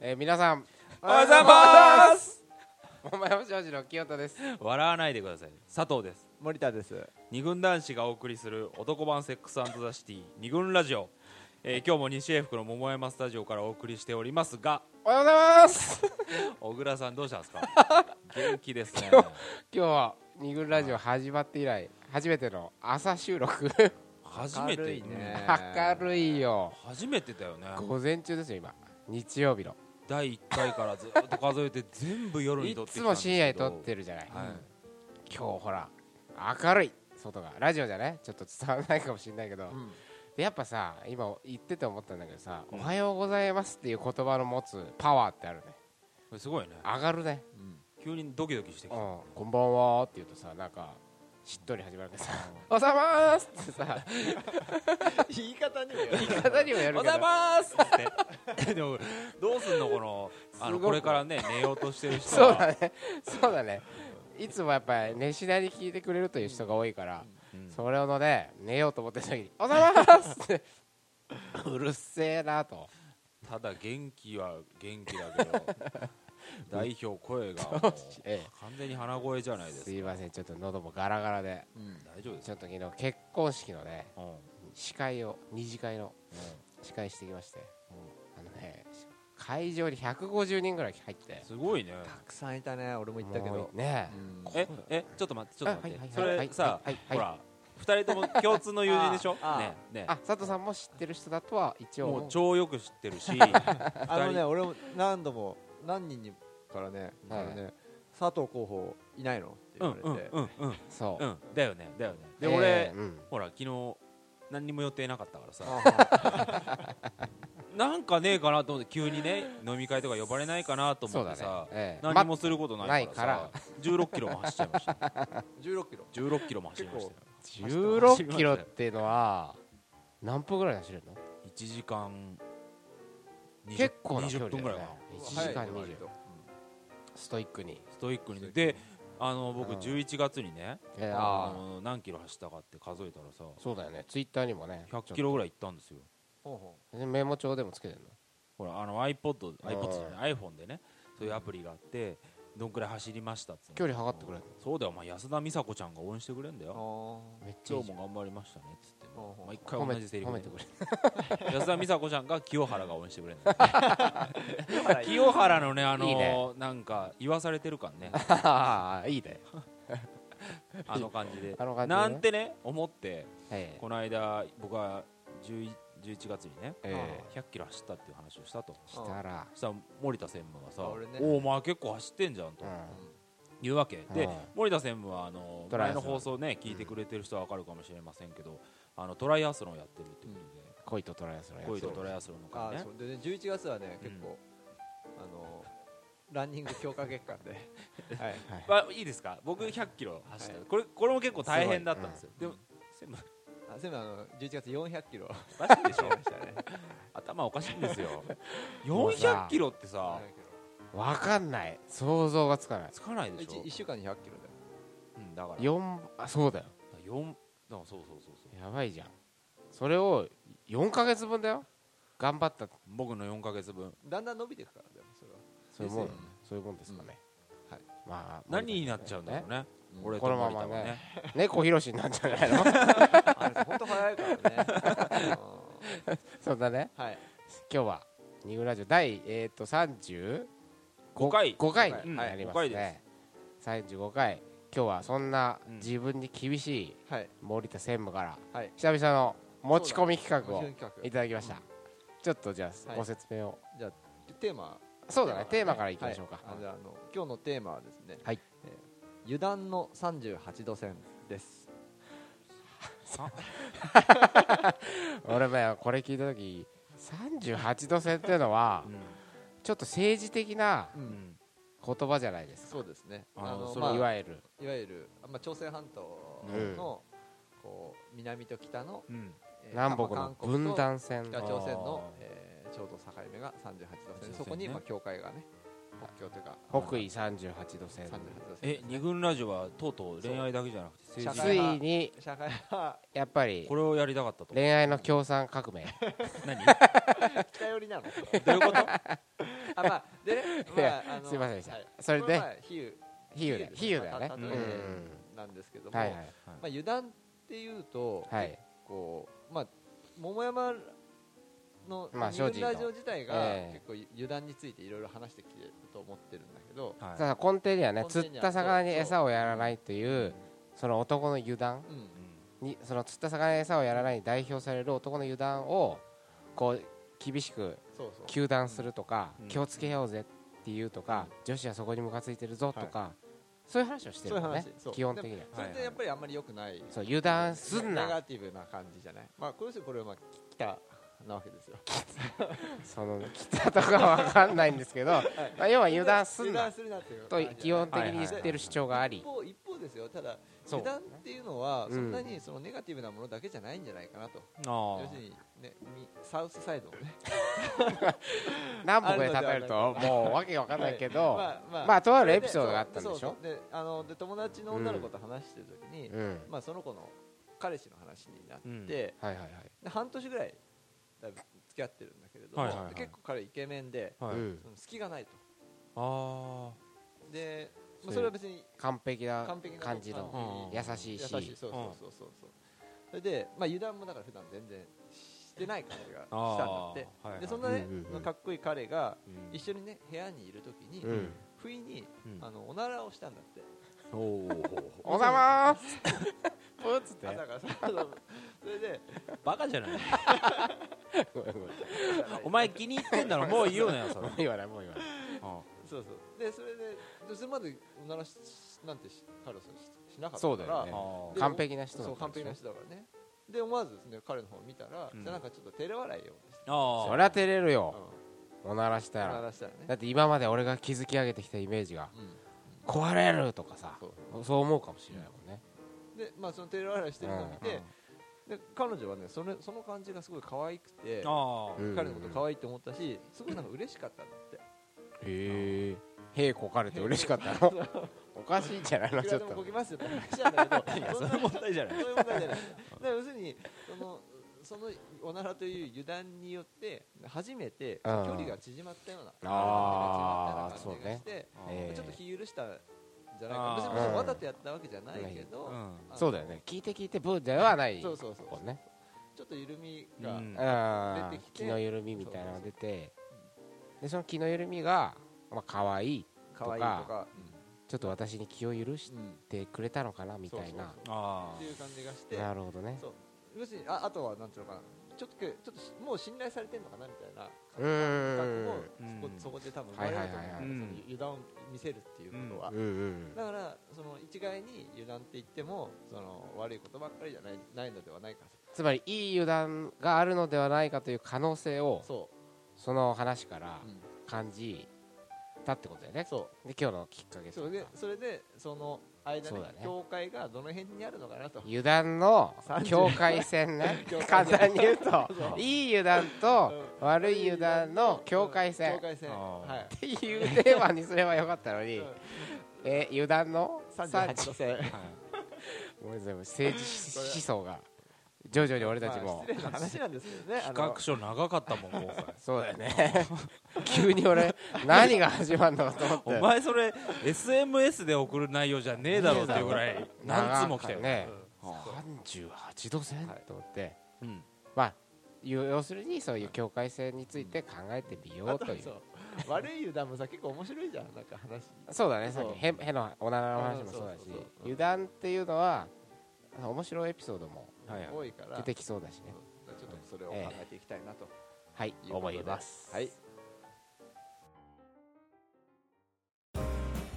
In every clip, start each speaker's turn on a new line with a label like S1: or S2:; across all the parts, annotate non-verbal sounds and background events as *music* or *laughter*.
S1: えー、皆さん
S2: おはようございます
S1: 桃山商事の清田です
S3: 笑わないでください佐藤です
S2: 森田です
S3: 二軍男子がお送りする男版セックスザシティ二軍ラジオ、えー、今日も西英福の桃山スタジオからお送りしておりますが
S1: おはようございます
S3: 小倉さんどうしたんです
S1: *laughs*
S3: か元気ですね
S1: 今日は二軍ラジオ始まって以来初めての朝収録
S3: 初めて
S2: 明るいね
S1: 明るいよ
S3: 初めてだよね
S1: 午前中ですよ今日曜日の
S3: 第1回からずっと数えて全部夜に
S1: い
S3: 撮ってき
S1: つ
S3: たん
S1: も
S3: ですけど
S1: 深夜に撮ってるじゃない、
S3: はい
S1: 今日ほら明るい外がラジオじゃねちょっと伝わらないかもしれないけど、
S2: ん
S1: でやっぱさ今言ってて思ったんだけどさ「おはようございます」っていう言葉の持つパワーってあるね
S3: これすごいね
S1: 上がるね
S3: 急にドキドキしてき
S1: う
S3: た
S1: ん、こんばんはって言うとさなんかしっとり始まるけどさ「おはようございます」って
S3: *laughs*
S1: さ
S2: 言い方にもよる
S1: 言い方にもや
S3: お
S1: るけ
S3: はようござ
S1: ど
S3: いますって *laughs* でもどうすんのこのあの
S1: すごく
S3: これからね寝ようとしてる人
S1: そう
S3: は
S1: だねそうだねいつもやっぱり寝しなに聞いてくれるという人が多いから、
S3: うん
S1: それをね寝ようと思ってる時に「おはようございます」
S3: *laughs*
S1: ってうるせえなと
S3: ただ元気は元気だ
S1: *laughs*
S3: けど代表声がもう
S1: え
S3: 完全に鼻声じゃな
S1: え
S3: いで
S1: す
S3: すか
S1: いませんちょっと喉もガラガラで
S3: 大丈夫です
S1: ちょ
S3: か
S1: っと昨日結婚式のね
S3: うん
S1: 司会を二次会の司会してきまして、あのね会場に150人ぐらい入って
S3: すごいね
S2: たくさんいたね俺も言ったけ
S1: も
S2: ど
S1: うね
S3: ええちょっと待ってちょっと待っ
S1: あはいはい
S3: てそ
S1: はい
S3: れさ
S1: はいは
S3: ほ
S1: い
S3: ら二人とも共通の友人でしょ
S2: あー
S3: ねね
S1: あ佐藤さんも知ってる人だとは一応
S3: もう
S1: 思う
S3: 超よく知ってるし
S2: あの
S3: 二
S2: ね
S3: 人
S2: 俺も何度も何人にからねあ
S1: はい
S2: のね佐藤候補いないのって
S3: う
S2: 言
S3: ん
S2: わ
S3: うん
S2: れて
S3: うんうん
S1: そう、
S3: うんだよねだよねで
S1: えー
S3: 俺
S1: うん
S3: ほら昨日何にも予定なかったからさ
S2: あは
S3: なんかねえかなと思って急にね飲み会とか呼ばれないかなと思
S1: そう
S3: っ
S1: だ
S3: て
S1: ね
S3: さ、
S1: ええ
S3: 何
S1: ま
S3: もすることないからさ16キロも走っちゃいました
S2: 16キロ
S3: 16キロも走りましたよ
S1: 16キロっていうのは何分ぐらいで走れるの
S3: 1時間20
S1: 結構な距離
S3: 20
S1: だ
S3: 分ぐら
S1: よ
S3: いか
S1: ね
S3: な
S1: 1時間
S2: 早いね割
S1: 20
S2: とうん
S1: ストイックに、
S3: ストイックにねであの僕
S1: うん
S3: 11月にね
S1: えー
S3: あ
S1: あー
S3: の何キロ走ったかって数えたらさ
S1: そうだよねツイッターにもね
S3: 100キロぐらい行ったんですよ
S2: ほうほ
S1: でメモ帳でもつけてる
S3: ほらあの iPod
S1: ん
S3: iPod じゃない iPhone でねそういうアプリがあってどんくらい走りましたっつうの
S1: 距離測ってくれる
S3: そうだよお前安田美沙子ちゃんが応援してくれんだ
S2: う
S3: よ
S2: あ
S1: のめっちゃい
S3: 今
S1: いじゃ
S3: 日
S1: ん
S3: も頑張りましたねっつって
S2: ほうほう
S3: 毎回
S1: 褒め
S3: 同じセリ
S1: 褒
S3: フ
S1: め
S3: で
S1: てくれる
S3: *laughs* 安田美沙子ちゃんが清原が応援してくれるんだよ清原のねあ
S1: いい
S3: の
S1: ね
S3: なんか言わされて
S1: *laughs*
S3: る感ね
S1: ああいいね
S3: あの感じで
S1: あの感じでね
S3: なんてね思って
S1: え
S3: この間僕は11 11月にね
S1: ええ
S3: 100キロ走ったっていう話をしたと
S1: えしたら
S3: そしたら森田専務がさ
S2: あ俺
S3: 「
S2: ね
S3: おおお前結構走ってんじゃん」と
S1: うん
S3: いうわけで
S1: はい
S3: 森田専務はあの
S1: トライ
S3: 前
S1: アス
S3: の
S1: ロン
S3: 放送ね聞いてくれてる人は分かるかもしれませんけどあのトライアスロンやってるってこと
S1: 恋とトライアスロン
S3: で
S1: や
S3: 恋
S1: つ
S3: とトライアスロンの
S2: あ
S3: 会ね
S2: そうでね11月はね結構あのランニング強化月間で
S3: *laughs* あ
S2: はい
S3: いいですか僕100キロ走ったこれこれも結構大変だったんですよでも専務
S2: あ全部あの11月400キロ
S3: おかしいでしょ
S2: 走りましたね
S3: 頭おかしいんです
S2: *laughs*
S3: よ
S1: もうさ
S3: 400キロってさ
S1: わかんない想像がつかない
S3: つかないでしょ
S2: 1週間に100キロだよ
S3: うんだから
S1: 4あそうだよ
S3: 4そうそうそうそう
S1: やばいじゃんそれを4ヶ月分だよ頑張った
S3: 僕の4ヶ月分
S2: だんだん伸びていくからでもそれは
S1: そういうもん、
S2: ですよね
S1: そういうもんですかね。
S2: うんはい。
S1: まあ
S3: 何になっちゃうんだろうね
S2: うん
S3: 俺と
S1: このま
S3: 森田
S1: まね
S3: はね
S1: 猫ひろしになっちゃうんじゃないの？ *laughs*
S2: あれ本当早いからね
S1: そんなね。
S2: うんはい
S1: 今日はニグラジオ第えっと三十
S3: 5回
S1: 五回
S2: はい
S1: になります
S3: はい五回で
S1: ね。三十五回。今日はそんな
S3: うん
S1: 自分に厳しい
S2: はい
S1: 森田専務から
S2: はい
S1: 久々の持ち込み企画
S2: 募
S1: を
S2: 集企
S1: いただきました。ちょっとじゃあ
S2: はい
S1: ご説明を。
S2: 画テーマ
S1: そうだね。テーマからいきましょうか。
S2: はいあじゃああの今日のテーマはですね
S1: はい
S2: えー油断の38度線です
S3: さ
S1: 俺もこれ聞いた時三十八度線っていうのは
S3: う
S1: ちょっと政治的なん
S3: ん
S1: 言葉じゃないですか。
S2: そうですね
S3: あのそれ
S2: まあ
S1: いわゆる。
S2: いわゆる、まあ、朝鮮半島の、こう南と北の、 *laughs*
S3: うん
S2: えー
S1: 南北
S2: まあ
S1: の
S2: 韓国と
S1: 分断線
S2: 北朝鮮の
S3: あー、
S2: えーちょうど境目が38度線
S3: 38
S2: そこに、
S3: ね
S2: まあ、境界がね国境というか
S1: 北緯38度線
S2: 38度線
S3: え二軍ラジオはとうとう恋愛だけじゃなくて
S2: 社
S3: 政
S1: つ
S3: 治
S2: 会
S3: 的ない
S1: に
S2: 社会は
S1: やっぱり
S3: これをやりたかったと
S1: 恋愛の共産革命
S3: 何
S2: 北寄りなの *laughs*
S3: どういうこと
S2: あまあでね、
S1: *laughs* いや
S2: まああの
S1: すいませんでした
S2: はい
S1: それで
S2: こはまあ比喩
S1: 比喩だ比喩だよね
S2: 例
S1: うん
S2: え
S1: う
S2: ば
S1: ん
S2: なんですけども、
S1: はいはい
S2: まあ油断っていうと、
S1: はい
S2: こうまあ桃山の
S1: まあ
S2: 二軍
S1: 正直の
S2: ラジオ自体が
S1: ええ
S2: 結構油断についていろいろ話してきてると思ってるんだけど、
S1: ただ根底にはね
S2: 根底
S1: 釣
S2: には
S1: った魚に餌をやらないというその男の油断
S2: うん
S1: にその釣った魚に餌をやらないに代表される男の油断をこう厳しく
S2: そうそう
S1: 糾弾するとか、
S3: うん
S1: 気をつけようぜっていうとか、女子はそこにムカついてるぞとか、そういう話をしてるのね
S2: そういう話そう
S1: 基本的には
S2: それってやっぱりあんまり良くない、
S1: そう油断すん
S2: ネガ
S1: な
S2: ティブな感じじゃないまあこの人これはまあききたなわけですよ
S1: その来たとかは分かんないんです
S2: *laughs*
S1: けど、まあ、要は油断すん
S2: 油
S1: な
S2: 断するなっていう
S1: と
S2: 感じ
S1: 基
S2: じゃな
S1: 本
S2: い
S1: 的に言ってる主張があり
S2: 一方一方ですよただ
S1: そう
S2: 油断っていうのは
S1: うん
S2: そんなにそのネガティブなものだけじゃないんじゃないかなと、
S3: あ
S2: 要するに、ね、みサウスサイドもね
S1: 南北で例えるともうわけわかんないけど、
S2: まあまあ
S1: まあとあるエピソードがあったんでし
S2: そう
S1: ょ
S2: そうであので友達の女の子と話してる時に、
S1: うん
S2: まあ、その子の彼氏の話になっ
S3: う
S2: て、
S3: ん
S2: で
S1: はいはいはい、
S2: 半年ぐらいだいぶ付き合ってるんだけれども、
S3: はいはいはい
S2: で結構彼イケメンで、
S3: はい
S1: うん
S2: その隙がないと
S3: あ
S2: で、ま
S1: そういう
S2: あ、それは別に
S1: 完璧な
S2: 完璧な
S1: 感じの
S3: 完璧
S1: 優しいし
S2: 優しいそうそうそうそうそうそれで、まあ、油断もだから普段全然してない感じがしたんだっ
S3: あ
S2: て
S3: ーはいはい
S2: でそんなね、
S1: うんうんうん
S2: かっこいい彼が
S3: ー
S2: 一緒にね部屋にいる時に、
S1: うん
S2: 不意に、
S3: うん
S2: あのおならをしたんだって
S3: おお
S1: 「おはようございます」
S3: こうつっ
S1: *laughs*
S3: て
S2: 朝からそうそうそれで
S3: バカじゃない
S1: ごめんごめん
S3: お前気に入ってんだろもういいよね *laughs* それ
S1: もう言わないもう言わない
S2: そうそうでそれででそれまでおならしなんてし彼はししなかったか
S1: そ
S2: ら
S1: うだよね
S3: あ
S2: で
S1: 完璧な人だ
S2: そう
S1: った
S2: 完
S1: んでしょ
S2: 璧な人だからねで思わずですね彼の方を見たら、
S3: うん
S2: じゃあなんかちょっと照れ笑いをして
S3: あ
S1: そりゃ照れる
S2: うん
S1: よおならした
S2: おな
S1: ら
S2: らしたらね
S1: だって今まで俺が築き上げてきたイメージが
S2: うん
S1: 壊れるとかさ
S2: そう
S1: そう思うかもしれないもんね
S2: でまあその照れ笑いしてるのを見て、で彼女はねそれその感じがすごい可愛くて
S3: あ
S1: うん
S2: 彼のこと可愛いと思ったしすごいなんか嬉しかったん
S1: *laughs*
S2: だって
S1: へえ屁こかれて嬉しかった
S2: *laughs*
S1: のおかしいんじゃないの
S2: いく
S1: ちょ
S2: ら
S1: っ
S2: でも
S1: と
S2: こきますよって話なん
S1: *laughs*
S2: だけど
S3: そ
S2: そん
S3: う
S2: な
S3: いう問題じゃない
S2: そういう問題じゃないだから要するにそのそのおならという油断によって初めて距
S1: うん
S2: 離が縮まったような
S1: あー
S2: 距離が縮まったような感じがして、
S1: えー
S2: ちょっと気許したんじゃない
S3: あ
S2: か
S3: ー
S2: 別に
S1: うん
S2: わざとやったわけじゃないけど、
S3: うん
S2: あの
S1: そうだよね聞いて聞いてブーではない
S2: そうそうそう
S1: こうね
S2: ちょっと緩みが、
S3: うん
S1: あ
S2: 出
S1: ー
S2: てきて
S1: 気の緩みみたいなのが出てでその気の緩みがまあ可愛い
S2: 可愛いとか、
S1: ちょっと私に気を許し
S2: うんうん
S1: てくれたのかなみたい
S2: そう
S1: な
S2: そうそう
S3: あ
S2: っていう感じがして
S1: なるほどね
S2: そう要するにああとはなんていうのかなちょっとけちょっとしもう信頼されてるのかなみたいな
S1: うーん
S2: 感覚も
S3: うん
S2: そこそこで多分生まれると思
S1: はいはいはいは
S2: う
S1: い
S2: ん
S3: うん
S2: ですよ油断を見せるっていうことは、
S1: うんうん
S2: だからその一概に油断って言ってもその悪いことばっかりじゃないないのではないか
S1: つまりいい油断があるのではないかという可能性を
S2: とそ
S1: その話から
S2: う、うん
S1: 感じたってことだよね
S2: そ
S1: で今日のきっかけと
S2: うそれ
S1: いう
S2: で
S1: か
S2: それでその間
S1: そう
S2: に
S1: だね
S2: 境界がどの辺にあるのかなと
S1: 油断の
S2: 30
S1: 境界線ね
S2: *laughs* 境界
S1: 簡
S2: 線
S1: 単に言うと
S2: そう
S1: いい油断と
S2: うん
S1: 悪い油断の境界線
S2: 境界線
S3: あー
S2: はい
S1: っていうテーマにすればよかったのに
S2: うん
S1: え油断の
S2: 38度 *laughs* 線
S3: あ
S1: 30ごめんなさい政治し思想が徐々に俺たち
S2: まあ
S1: も
S2: 失礼な話なんですけどねあの
S3: 企画書長かったもん今回
S1: そうだよね
S2: *laughs*
S1: 急に俺何が始まるのかと思って
S3: お前それ SMS で送る内容じゃねえだろっていうぐらい何通も来たよ
S1: ね
S3: うん
S1: 38度線
S2: はい
S1: と思って
S3: うん
S1: まあ要要するにそういう境界線について考えてみよ
S2: あ
S1: う
S2: と
S1: という
S2: そう悪い油断もさ結構面白いじゃんなんか話
S1: そうだねさ
S2: そ
S1: っ
S2: う
S1: きへへのおならの話もそうだし
S2: そうそうそう
S1: 油断っていうのは面白いエピソードも
S3: はいはい
S2: 多いから
S1: 出てきそうだしね
S2: そうちょっとそれを考えていきたいなと、
S1: はい
S2: ということ
S1: 思
S2: で
S1: います
S2: はい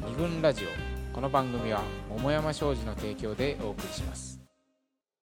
S4: 二軍ラジオこの番組は桃山商事の提供でお送りします